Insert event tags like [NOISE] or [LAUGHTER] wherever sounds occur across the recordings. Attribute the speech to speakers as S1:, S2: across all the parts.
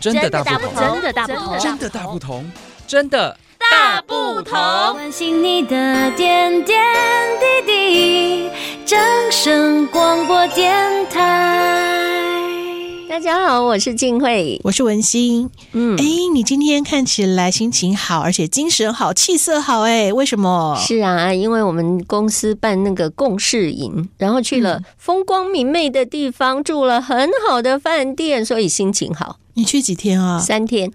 S1: 真的大
S2: 大
S1: 不
S2: 不
S1: 同，
S2: 同
S3: 真的大不同，
S1: 真的大不同，真的
S2: 大不同。
S3: 关心你的点点滴滴，掌声广播电台。
S2: 大家好，我是静慧。
S4: 我是文心。
S2: 嗯
S4: 哎、，你今天看起来心情好，而且精神好，气色好、哎，为什么？
S2: 是啊，因为我们公司办那个共事营，然后去
S4: 嗯
S2: 了风光明媚的地方，住了很好的饭店，所以心情好。
S4: 你去几天啊？
S2: 三天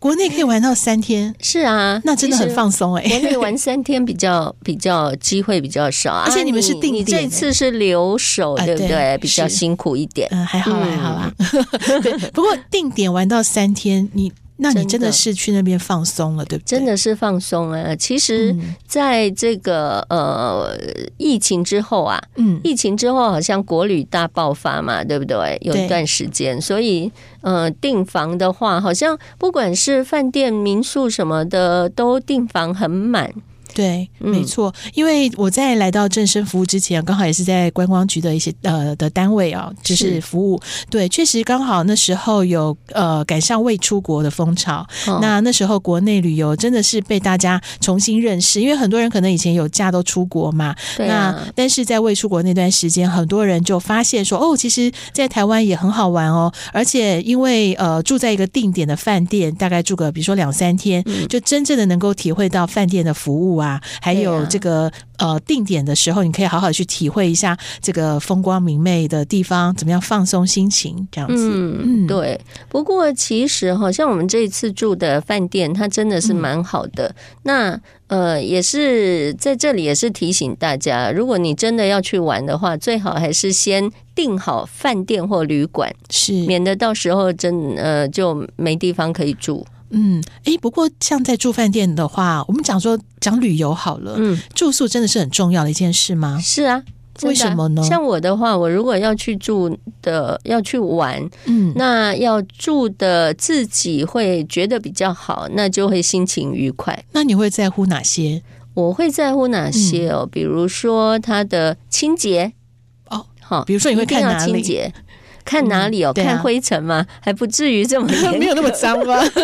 S4: 国内可以玩到三天，
S2: 是啊，
S4: 那真的很放松哎、
S2: 其实
S4: [LAUGHS]
S2: 国内玩三天比较比较机会比较少，啊
S4: 而且你们是定
S2: 你
S4: 点
S2: 这次是留守，
S4: 啊
S2: 对不对
S4: 对？
S2: 比较
S4: 是
S2: 辛苦一点。
S4: 嗯，还好啦
S2: 嗯
S4: 还好啦。 [LAUGHS] 对，不过定点玩到三天，你那你
S2: 真
S4: 真
S2: 的
S4: 的是去那边放松了，对不对？
S2: 真的是放松啊！其实
S4: 嗯，
S2: 在这个呃疫情之后啊，
S4: 嗯，
S2: 疫情之后好像国旅大爆发嘛，对不对？有一
S4: 对
S2: 段时间，所以呃，订房的话，好像不管是饭店、民宿什么的，都订房很满。
S4: 对，
S2: 嗯
S4: 没错。因为我在来到正生服务之前，刚好也是在观光局的一些呃的单位啊、就是
S2: 是
S4: 服务。对，确实刚好那时候有呃赶上未出国的风潮，
S2: 哦
S4: 那那时候国内旅游真的是被大家重新认识，因为很多人可能以前有假都出国嘛，
S2: 对啊
S4: 那，但是在未出国那段时间，很多人就发现说，哦，其实在台湾也很好玩哦，而且因为呃住在一个定点的饭店，大概住个比如说两三天，
S2: 嗯
S4: 就真正的能够体会到饭店的服务啊，还
S2: 对
S4: 有
S2: 啊
S4: 这个、呃定点的时候，你可以好好去体会一下这个风光明媚的地方，怎么样放松心情这样子。
S2: 嗯，
S4: 嗯
S2: 对。不过其实好像我们这一次住的饭店，它真的是蛮好的。那呃，也是在这里也是提醒大家，如果你真的要去玩的话，最好还是先订好饭店或旅馆，
S4: 是，
S2: 免得到时候真呃就没地方可以住。
S4: 嗯，诶，不过像在住饭店的话，我们讲说讲旅游好了，
S2: 嗯，
S4: 住宿真的是很重要的一件事吗？
S2: 是啊。真的啊
S4: 为什么呢
S2: 像我的话，我如果要去住的，要去玩，
S4: 嗯，
S2: 那要住的自己会觉得比较好，那就会心情愉快。
S4: 那你会在乎哪些？
S2: 我会在乎
S4: 嗯
S2: 哪些哦？比如说它的清洁
S4: 哦，
S2: 好，
S4: 比如说你会
S2: 一定
S4: 看
S2: 要
S4: 哪
S2: 清
S4: 里？
S2: 洁，看哪里哦？
S4: 嗯对啊
S2: 看灰尘吗？还不至于这么严
S4: [LAUGHS] [LAUGHS] 没有那么脏吧？
S2: [LAUGHS]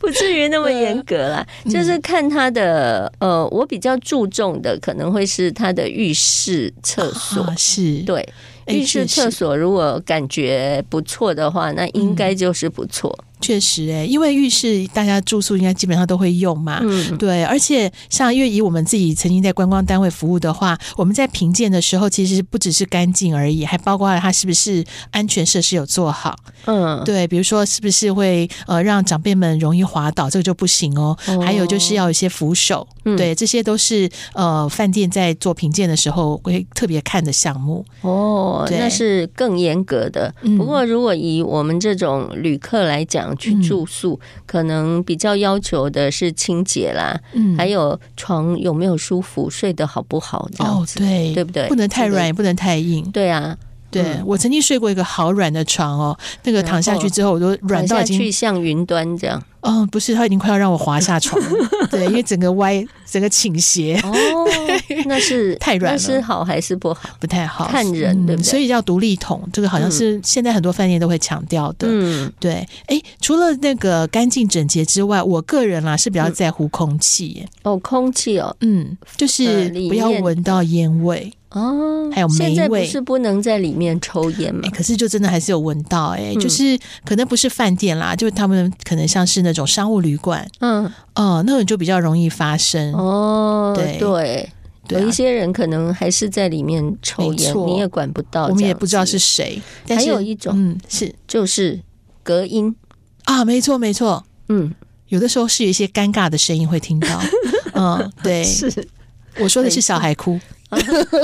S2: 不至于那么严格啦，
S4: 嗯
S2: 就是看他的呃，我比较注重的可能会是他的浴室、 [LAUGHS] 厕所。
S4: [LAUGHS] 啊是，
S2: 对，
S4: 哎
S2: 浴室、
S4: 确实嗯
S2: 厕所如果感觉不错的话，那应该就是不错。
S4: 确实哎、因为浴室大家住宿应该基本上都会用嘛。
S2: 嗯，
S4: 对，而且像因为以我们自己曾经在观光单位服务的话，我们在评鉴的时候，其实不只是干净而已，还包括了它是不是安全设施有做好。
S2: 嗯，
S4: 对，比如说是不是会呃让长辈们容易滑倒，这个就不行哦。
S2: 哦
S4: 还有就是要有一些扶手，
S2: 嗯
S4: 对，这些都是呃饭店在做评鉴的时候会特别看的项目。
S2: 哦，
S4: 对
S2: 那是更严格的。
S4: 嗯
S2: 不过，如果以我们这种旅客来讲，去
S4: 嗯
S2: 住宿、可能比较要求的是清洁啦，
S4: 嗯
S2: 还有床有没有舒服，睡得好不好这样
S4: 哦，
S2: 子，
S4: 对，
S2: 对不对？
S4: 不能太
S2: 这个
S4: 软，也不能太硬。
S2: 对啊，
S4: 对、
S2: 嗯
S4: 我曾经睡过一个好软的床哦，那个
S2: 然
S4: 躺下
S2: 后
S4: 去之后，我都软到
S2: 躺
S4: 已
S2: 下去
S4: 经，
S2: 像云端这
S4: [LAUGHS]
S2: 样。
S4: 哦，不是，它已经快要让我滑下床了。对，因为整个歪，整个倾斜
S2: 哦， [LAUGHS] 那是
S4: [LAUGHS] 太软
S2: 那
S4: 了
S2: 是好还是不好？
S4: 不太好，
S2: [LAUGHS]
S4: 嗯
S2: 看人对不对
S4: 所以要独立桶，这个好像是现在很多饭店都会强调的。
S2: 嗯，
S4: 对，哎，除了那个干净整洁之外，我个人啦、是比较
S2: 嗯
S4: 在乎空气耶，
S2: 哦，空气哦，
S4: 嗯，就
S2: 呃
S4: 是
S2: 里
S4: 不要
S2: 面
S4: 闻到烟味，
S2: 哦，
S4: 还有霉
S2: 现在不
S4: 味
S2: 是不能在里面抽烟
S4: 哎、
S2: 吗？
S4: 可是就真的还是有闻到、哎、
S2: 嗯
S4: 就是可能不是饭店啦，就是他们可能像是那种商务旅馆，
S2: 嗯，
S4: 哦、那种就比较容易发生，
S2: 哦，
S4: 嗯对
S2: 对，
S4: 对
S2: 有一
S4: 啊，
S2: 些人可能还是在里面抽
S4: 没
S2: 烟，
S4: 错
S2: 你也管不到，
S4: 我们
S2: 这
S4: 也
S2: 样
S4: 不知道
S2: 子
S4: 是谁，但
S2: 还
S4: 是
S2: 有一种
S4: 嗯，是
S2: 就是隔音，
S4: 啊，没错没错， [LAUGHS]
S2: 嗯，
S4: 有的时候是有一些尴尬的声音会
S2: [LAUGHS]
S4: 听到，嗯，对，
S2: 是
S4: 我说的是小孩哭，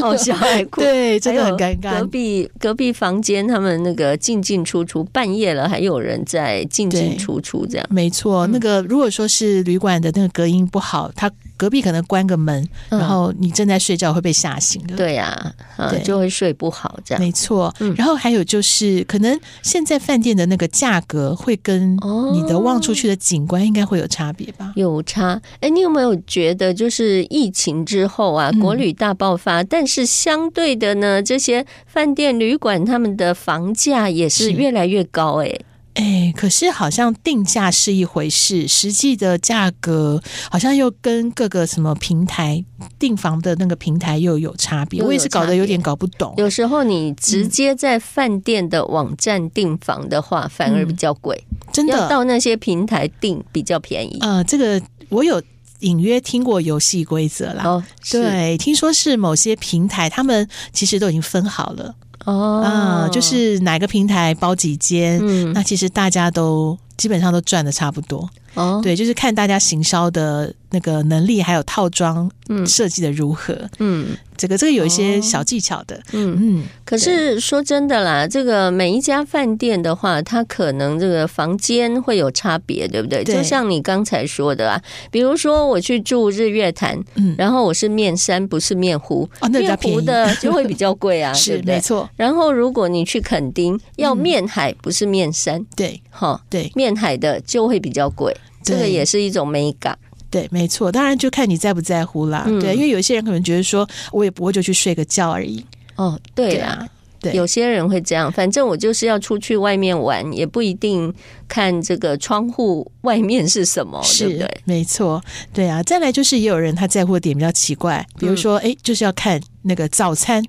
S2: 哦，小爱哭。
S4: [LAUGHS] 对，真的
S2: 还
S4: 很
S2: 有
S4: 尴尬，
S2: 隔壁隔壁房间，他们那个进进出出，半夜了还有人在进进
S4: 对
S2: 出出这样。
S4: 没
S2: 嗯
S4: 错，那个如果说是旅馆的那个隔音不好，它隔壁可能关个门，
S2: 嗯
S4: 然后你正在睡觉会被吓醒的。，
S2: 对呀、啊，
S4: 对
S2: 就会睡不好这样。
S4: 没错
S2: 嗯。
S4: 然后还有就是，可能现在饭店的那个价格会跟
S2: 哦
S4: 你的望出去的景观应该会有差别吧？
S2: 有差，哎，你有没有觉得，就是疫情之后啊，
S4: 嗯
S2: 国旅大爆发，但是相对的呢，这些饭店、旅馆他们的房价也是
S4: 是
S2: 越来越高、诶，
S4: 哎，可是好像定价是一回事，实际的价格好像又跟各个什么平台订房的那个平台又有差别，
S2: 又有
S4: 我也是搞
S2: 差
S4: 得
S2: 别
S4: 有点搞不懂。
S2: 有时候你直接在饭店的网站订房的话，反而比较贵，
S4: 嗯真
S2: 要
S4: 的，
S2: 到那些平台订比较便宜。
S4: 呃，这个我有隐约听过游戏规则啦。
S2: 哦，是
S4: 对，听说是某些平台，他们其实都已经分好了
S2: 哦
S4: 啊、就是哪个平台包几间，
S2: 嗯
S4: 那其实大家都基本上都赚的差不多。
S2: 哦，
S4: 对，就是看大家行销的那个能力，还有套装
S2: 嗯
S4: 设计的如何。
S2: 嗯
S4: 这个这个有一些
S2: 哦
S4: 小技巧的，
S2: 嗯。
S4: 嗯，
S2: 可是说真的啦，这个每一家饭店的话，它可能这个房间会有差别，对不对？
S4: 对
S2: 就像你刚才说的啊，比如说我去住日月潭，
S4: 嗯
S2: 然后我是面山，不是面湖，
S4: 哦，那比较
S2: 面
S4: 便
S2: 湖
S4: 宜，
S2: 的就会比较贵
S4: [LAUGHS]
S2: 啊，对
S4: 是
S2: 不
S4: 没
S2: 对？
S4: 错，
S2: 然后如果你去垦丁，要
S4: 嗯
S2: 面海，不是面山，
S4: 对
S2: 哈、
S4: 对
S2: 面海的就会比较贵，这个
S4: 对
S2: 也是一种美感。
S4: 对，没错。当然就看你在不在乎啦，
S2: 嗯
S4: 对，因为有一些人可能觉得说，我也不过就去睡个觉而已，
S2: 哦，对啦，
S4: 啊，对
S2: 有些人会这样，反正我就是要出去外面玩，也不一定看这个窗户外面是什么，哦对不
S4: 是
S2: 对？
S4: 没错，对啊。再来就是也有人他在乎的点比较奇怪，
S2: 嗯
S4: 比如说，哎、就是要看那个早餐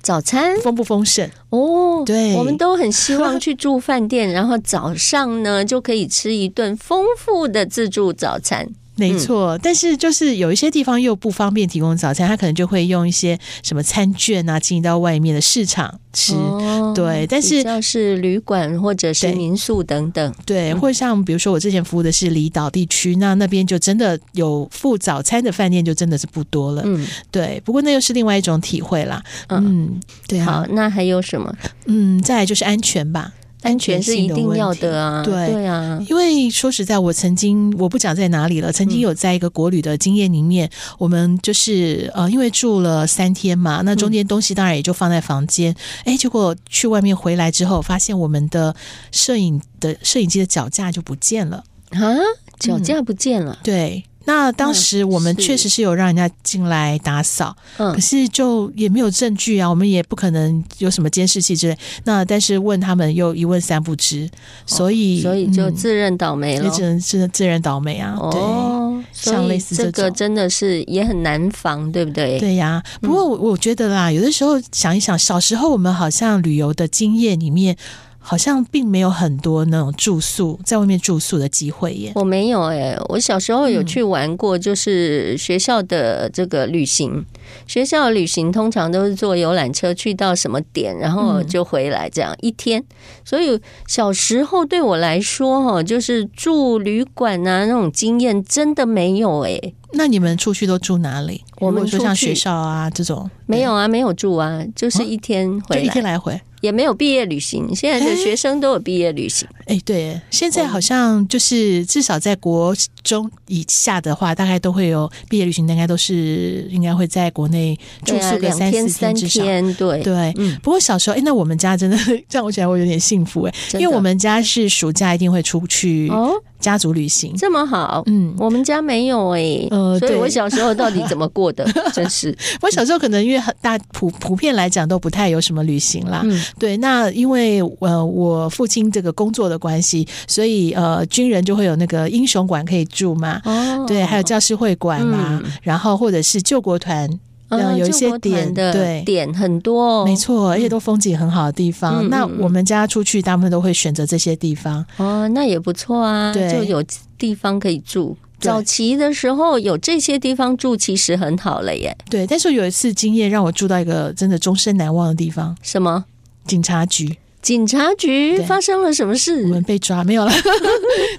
S2: 早餐
S4: 丰不丰盛，
S2: 嗯哦，
S4: 对
S2: 我们都很希望去住饭店，然后早上呢就可以吃一顿丰富的自助早餐。
S4: 没错，
S2: 嗯
S4: 但是就是有一些地方又不方便提供早餐，他可能就会用一些什么餐券啊，进到外面的市场吃。
S2: 哦
S4: 对但是
S2: 比较是旅馆或者是
S4: 对
S2: 民宿等等。
S4: 对，或者像比如说我之前服务的是离岛地区，那那边就真的有付早餐的饭店就真的是不多了。
S2: 嗯
S4: 对，不过那又是另外一种体会啦。
S2: 嗯，
S4: 嗯，对啊
S2: 好，，那还有什么？
S4: 嗯，再来就是安全吧，安全
S2: 全是
S4: 性
S2: 一
S4: 的
S2: 定
S4: 问
S2: 要
S4: 题
S2: 的啊，
S4: 对
S2: 对啊，
S4: 因为说实在，我曾经我不讲在哪里了，曾
S2: 嗯
S4: 经有在一个国旅的经验里面，我们就是呃，因为住了三天嘛，那
S2: 嗯
S4: 中间东西当然也就放在房间，哎、结果去外面回来之后，发现我们的摄影的摄影机的脚架就不见了，
S2: 啊，
S4: 嗯
S2: 脚架不见了，
S4: 对。那当时我们
S2: 嗯是
S4: 确实是有让人家进来打扫，
S2: 嗯
S4: 可是就也没有证据啊，我们也不可能有什么监视器之类。那但是问他们又一问三不知，所以
S2: 哦所以就
S4: 嗯
S2: 自认倒霉了
S4: 也。只能是自认倒霉啊。
S2: 哦，所
S4: 像
S2: 以
S4: 类似这
S2: 这个
S4: 种
S2: 真的是也很难防，对不对？
S4: 对对呀、不过我
S2: 嗯
S4: 我觉得啦，有的时候想一想，小时候我们好像旅游的经验里面，好像并没有很多那种住宿在外面住宿的机会耶。
S2: 我没有哎、我小时
S4: 嗯
S2: 候有去玩过，就是学校的这个旅行。学校旅行通常都是坐游览车去到什么点，然后
S4: 嗯
S2: 就回来，这样一天。所以小时候对我来说，哈，就是住旅馆啊那种经验真的没有哎、
S4: 那你们出去都住哪里？
S2: 我们
S4: 如果说像
S2: 出去
S4: 学校啊这种，
S2: 没有啊，没有住啊，就是
S4: 啊
S2: 一天回
S4: 对就一
S2: 来，
S4: 天来回。
S2: 也没有毕业旅行。现在的学生都有毕业旅行。
S4: 哎，对耶，现在好像就是至少在国中以下的话，大概都会有毕业旅行，应该都是应该会在国内住
S2: 对啊
S4: 宿个
S2: 两
S4: 三
S2: 天
S4: 四
S2: 三
S4: 天至少。
S2: 天，对，
S4: 对，
S2: 嗯
S4: 不过小时候，哎，那我们家真的 [LAUGHS] 让我觉得我有点幸福哎，
S2: 真的
S4: 因为我们家是暑假一定会出去
S2: 哦
S4: 家族旅行。
S2: 这么好，
S4: 嗯，
S2: 我们家没有哎、
S4: 呃
S2: 所以
S4: 对
S2: 我小时候到底怎么
S4: [LAUGHS]
S2: 过的，真是
S4: 我小时候可能因为很大普普遍来讲都不太有什么旅行啦。
S2: 嗯
S4: 对，那因为呃我父亲这个工作的关系，所以呃军人就会有那个英雄馆可以住嘛，
S2: 哦
S4: 对，还有教师会馆啊，
S2: 嗯
S4: 然后或者是救国团，
S2: 啊
S4: 有一些
S2: 救国团
S4: 点
S2: 的
S4: 对
S2: 点很多、哦，
S4: 没错，而且都风景很好的地方。
S2: 嗯
S4: 那
S2: 嗯嗯
S4: 我们家出去大部分都会选择这些地方。
S2: 哦，那也不错啊，
S4: 对
S2: 就有地方可以住。
S4: 对
S2: 早期的时候有这些地方住，其实很好了耶。
S4: 对，但是有一次经验让我住到一个真的终身难忘的地方
S2: 什么
S4: ——警察局。
S2: 警察局
S4: 对
S2: 发生了什么
S4: 我
S2: 事？
S4: 们被抓
S2: [LAUGHS]
S4: 没有了。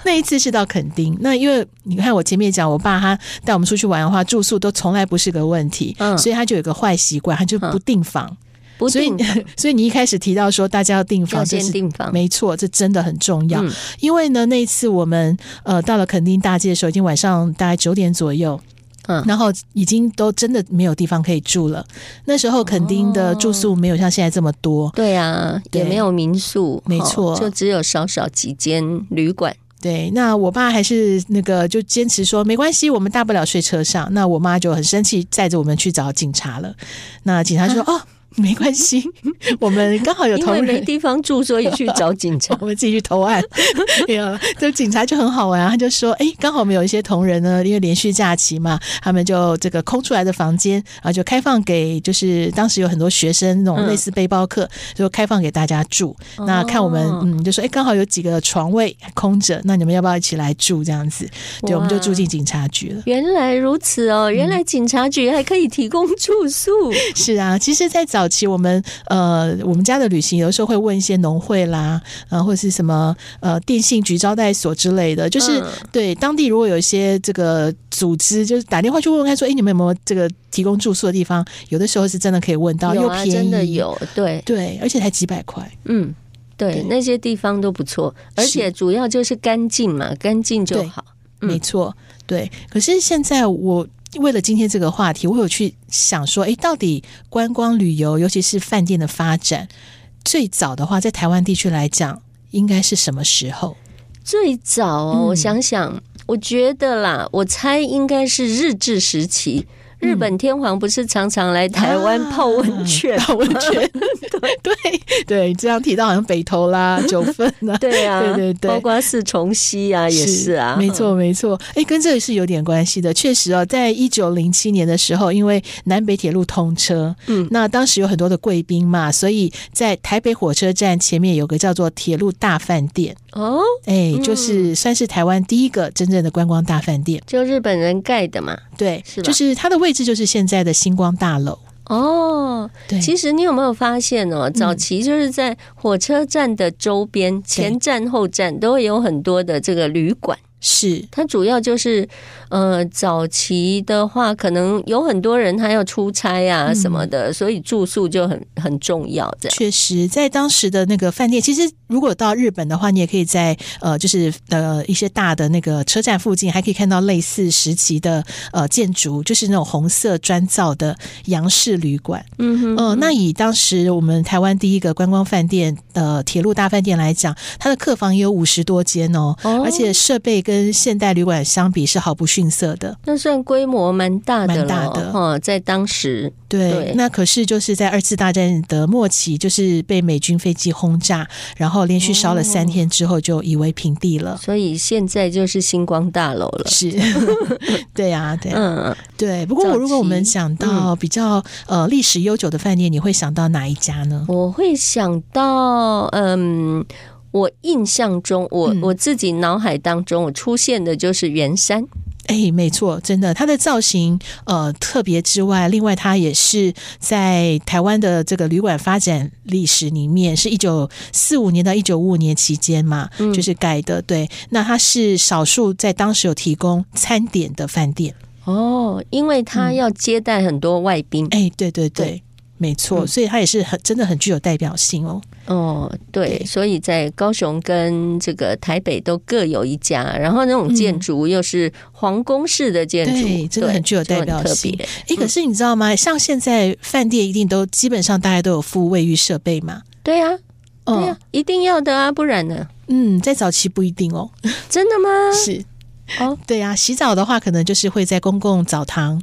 S4: 那一次是到垦丁，那因为你看我前面讲，我爸他带我们出去玩的话，住宿都从来不是个问题，
S2: 嗯
S4: 所以他就有个坏习惯，他就不订房。
S2: 不
S4: 所以
S2: 定房
S4: 所以你一开始提到说大家要订
S2: 要
S4: 房，这
S2: 先
S4: 是
S2: 订房，
S4: 没错，这真的很重要。
S2: 嗯
S4: 因为呢，那一次我们呃到了垦丁大街的时候，已经晚上大概九点左右。
S2: 嗯
S4: 然后已经都真的没有地方可以住了。那时候垦丁的住宿没有像现在这么多，
S2: 对啊，也
S4: 对
S2: 没有民宿，
S4: 没
S2: 哦
S4: 错
S2: 就只有少少几间旅馆。
S4: 对，那我爸还是那个就坚持说没关系，我
S2: [LAUGHS]
S4: 们大不了睡车上。那我妈就很生气，载着我们去找警察了。那警察就说：“哦，没关系，我们刚好有
S2: 因
S4: 同
S2: 为没
S4: 仁。
S2: 地方住，所以去找警察
S4: [LAUGHS] 。我们自己去投案，没有了。这警察就很好玩啊，他就说：“哎，刚好我们有一些同仁呢，因为连续假期嘛，他们就这个空出来的房间，然后就开放给就是当时有很多学生那种
S2: 嗯
S4: 类似背包客，就开放给大家住。那看我们
S2: 哦
S4: 嗯，就说哎，刚好有几个床位空着，那你们要不要一起来住这样子？对，我们就
S2: 哇
S4: 住进警察局了。”
S2: 原来如此
S4: 嗯
S2: 哦，原来警察局还可以提供住宿。
S4: 是啊，其实，在早期我们呃，我们家的旅行有的时候会问一些农会啦，呃，或者是什么呃电信局招待所之类的，就是、
S2: 嗯
S4: 对当地如果有一些这个组织，就是打电话去问问看说，哎，你们有没有这个提供住宿的地方？有的时候是真的可以问到，
S2: 有
S4: 又
S2: 啊，
S4: 便宜，
S2: 真的，有，对，
S4: 对，而且才几百块，
S2: 嗯，
S4: 对
S2: 对，那些地方都不错，而且主要就是干净嘛，干净就
S4: 对
S2: 好。嗯
S4: 没错，对。可是现在我。为了今天这个话题，我有去想说，哎，到底观光旅游，尤其是饭店的发展，最早的话，在台湾地区来讲，应该是什么时候？
S2: 最早哦，
S4: 嗯
S2: 我想想，我觉得啦，我猜应该是日治时期。日本天皇不是常常来台湾
S4: 嗯啊
S2: 泡
S4: [LAUGHS]
S2: 温泉？
S4: 泡温泉，
S2: [LAUGHS]
S4: 对对，这样提到好像北投啦、九份啦，
S2: [LAUGHS] 对啊，
S4: 对对对
S2: 包括四重溪啊，也是啊，
S4: 没错没错。哎，跟这个是有点关系的，确实哦，在一九零七年的时候，因为南北铁路通车，
S2: 嗯
S4: 那当时有很多的贵宾嘛，所以在台北火车站前面有个叫做铁路大饭店，
S2: 哦，
S4: 哎，
S2: 嗯
S4: 就是算是台湾第一个真正的观光大饭店，
S2: 就日本人盖的嘛。
S4: 对，
S2: 是吧
S4: 就是它的位置就是现在的星光大楼，
S2: 哦，
S4: 对，嗯
S2: 其实你有没有发现哦？早期就是在火车站的周边，前站、后站都会有很多的这个旅馆。
S4: 是。
S2: 它主要就是，呃，早期的话，可能有很多人他要出差啊
S4: 嗯
S2: 什么的，所以住宿就很很重要。这样，
S4: 确实，在当时的那个饭店，其实如果到日本的话，你也可以在呃，就是呃一些大的那个车站附近，还可以看到类似时期的呃建筑，就是那种红色砖造的洋式旅馆。
S2: 嗯哼
S4: 嗯、那以当时我们台湾第一个观光饭店呃铁路大饭店来讲，它的客房也有五十多间哦，
S2: 哦
S4: 而且设备跟现代旅馆相比是毫不逊色的。
S2: 那算规模蛮大的了，
S4: 蛮大的
S2: 哈、在当时，
S4: 对，
S2: 对
S4: 那可是就是在二次大战的末期，就是被美军飞机轰炸，然后连续烧
S2: 哦
S4: 了三天之后就夷为平地了。
S2: 所以现在就是星光大楼了。
S4: 是， [LAUGHS] 对啊，对啊
S2: 嗯，
S4: 对。不过
S2: 早
S4: 我
S2: 期
S4: 如果我们想到比较、呃历史悠久的饭店，你会想到哪一家呢？
S2: 我会想到，嗯，我印象中，我、
S4: 嗯
S2: 我自己脑海当中，我出现的就是圆山。
S4: 哎，没错，真的，它的造型呃特别之外，另外它也是在台湾的这个旅馆发展历史里面，是一九四五年到一九五五年期间嘛，
S2: 嗯
S4: 就是改的。对，那它是少数在当时有提供餐点的饭店。
S2: 哦，因为他
S4: 嗯
S2: 要接待很多外宾。
S4: 哎，对对对。
S2: 对
S4: 没错，
S2: 嗯
S4: 所以它也是很真的很具有代表性哦。
S2: 哦，对
S4: 对，
S2: 所以在高雄跟这个台北都各有一家，然后那种建筑又是皇宫式的建筑，
S4: 对真的很具有代表性
S2: 就很特别
S4: 哎，可是你知道吗？像现在饭店一定都基本上大家都有附卫浴设备嘛。
S2: 对啊，对
S4: 嗯
S2: 啊，一定要的啊，不然呢？
S4: 嗯，在早期不一定哦。
S2: 真的吗？
S4: 是，
S2: 啊哦，
S4: 对啊，洗澡的话，可能就是会在公共澡堂。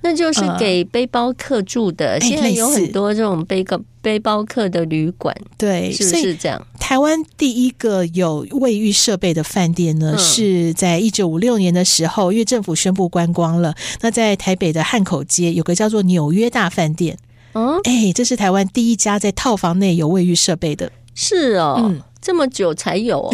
S2: 那就是给背包客住的。
S4: 呃哎
S2: 现在有
S4: 类似
S2: 很多这种背个背包客的旅馆，
S4: 对，
S2: 是不
S4: 所以
S2: 是这样？
S4: 台湾第一个有卫浴设备的饭店呢，
S2: 嗯
S4: 是在一九五六年的时候，因为政府宣布观光了。那在台北的汉口街有个叫做纽约大饭店，
S2: 嗯，
S4: 哎，这是台湾第一家在套房内有卫浴设备的。
S2: 是哦，
S4: 嗯 [LAUGHS]
S2: 这么久才有哦。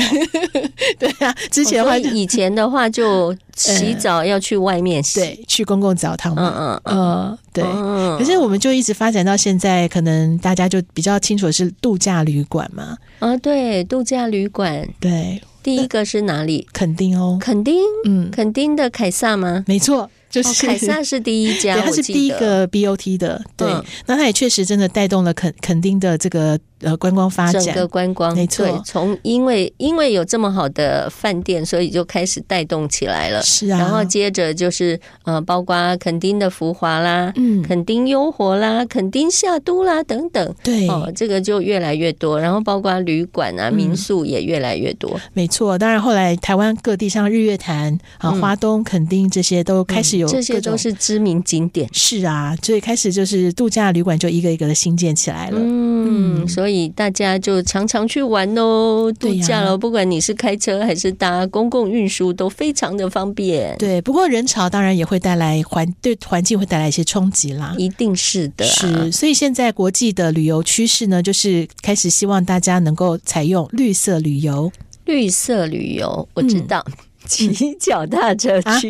S4: 对啊，之前的
S2: 所
S4: 话
S2: 以
S4: 就、
S2: 以前的话就洗澡要去外面洗。
S4: 对去公共澡堂
S2: 嗯
S4: 嘛，
S2: 嗯嗯，
S4: 呃，对。
S2: 嗯
S4: 可是我们就一直发展到现在，可能大家就比较清楚的是度假旅馆嘛，
S2: 啊，对，度假旅馆
S4: 对，
S2: 第一个是哪里？
S4: 肯定哦，
S2: 垦丁，
S4: 嗯，
S2: 垦丁的凯撒吗？
S4: 没错，就是、
S2: 哦，凯撒是第一
S4: 对，
S2: 家，
S4: 它
S2: 我
S4: 是
S2: 记得
S4: 第一个 BOT 的，对，
S2: 嗯
S4: 那它也确实真的带动了肯肯定的这个呃观光发
S2: 整个
S4: 展。
S2: 观光，
S4: 没错
S2: 对从因为因为有这么好的饭店，所以就开始带动起来了。
S4: 是啊，
S2: 然后接着就是呃，包括垦丁的浮华啦、
S4: 嗯，
S2: 垦丁优活啦、垦丁夏都啦等等，
S4: 对，
S2: 哦，这个就越来越多。然后包括旅馆啊、
S4: 嗯
S2: 民宿也越来越多。
S4: 没错。当然后来台湾各地像日月潭啊、
S2: 嗯
S4: 花东、垦丁这些都开始有
S2: 这
S4: 各
S2: 些
S4: 种
S2: 都是知名景点。
S4: 是啊，所以开始就是度假旅馆就一个一个的新建起来了。
S2: 嗯，
S4: 嗯
S2: 所以大家就常常去玩喽，度
S4: 对呀
S2: 假喽。不管你是开车还是搭公共运输，都非常的方便。，
S4: 对，不过人潮当然也会带来环对环境会带来一些冲击啦。
S2: 一定是的、啊。
S4: 是，所以现在国际的旅游趋势呢，就是开始希望大家能够采用绿色旅游， [LAUGHS]
S2: 绿色旅游，我
S4: 嗯
S2: 知道。 [LAUGHS] 骑脚踏车去，
S4: 啊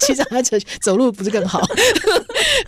S4: 骑脚踏车走路不是更好？ [LAUGHS]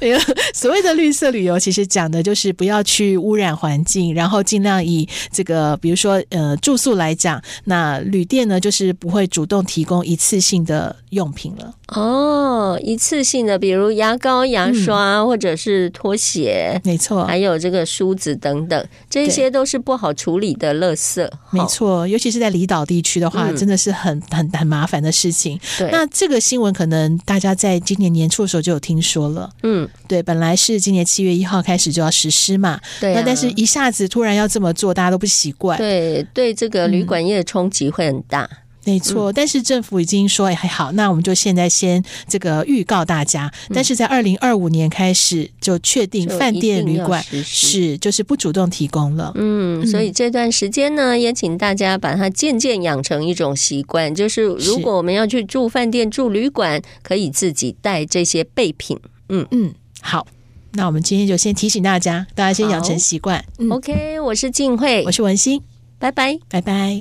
S4: 没有所谓的绿色旅游，其实讲的就是不要去污染环境，然后尽量以这个，比如说呃住宿来讲，那旅店呢就是不会主动提供一次性的用品了。
S2: 哦，一次性的，比如牙膏、牙刷，
S4: 嗯
S2: 或者是拖鞋，
S4: 没错，
S2: 嗯还有这个梳子等等，这些都是不好处理的垃圾。
S4: 没
S2: 哈，
S4: 错，尤其是在离岛地区的话，
S2: 嗯
S4: 真的是很很很麻烦的事情。
S2: 对，
S4: 那这个新闻可能大家在今年年初的时候就有听说了，
S2: 嗯，
S4: 对，本来是今年七月一号开始就要实施嘛，
S2: 对、啊。
S4: 那但是一下子突然要这么做，大家都不习惯，
S2: 对对，这个旅馆业的冲击会很大。
S4: 没
S2: 嗯
S4: 错。但是政府已经说，哎，还好，那我们就现在先这个预告大家，
S2: 嗯
S4: 但是在二零二五年开始就确定
S2: 就
S4: 嗯饭
S2: 一
S4: 店、
S2: 定
S4: 旅
S2: 要
S4: 馆
S2: 实施
S4: 是就是不主动提供了，
S2: 嗯，所以这段时间呢，也请大家把它渐渐养成一种习惯，就是如
S4: 是
S2: 果我们要去住饭店、住旅馆，可以自己带这些备品。
S4: 嗯，好。那我们今天就先提醒大家，大家先养成
S2: 好
S4: 习惯。嗯
S2: OK，我是静慧
S4: 我，是文心，
S2: 拜拜。
S4: 拜拜。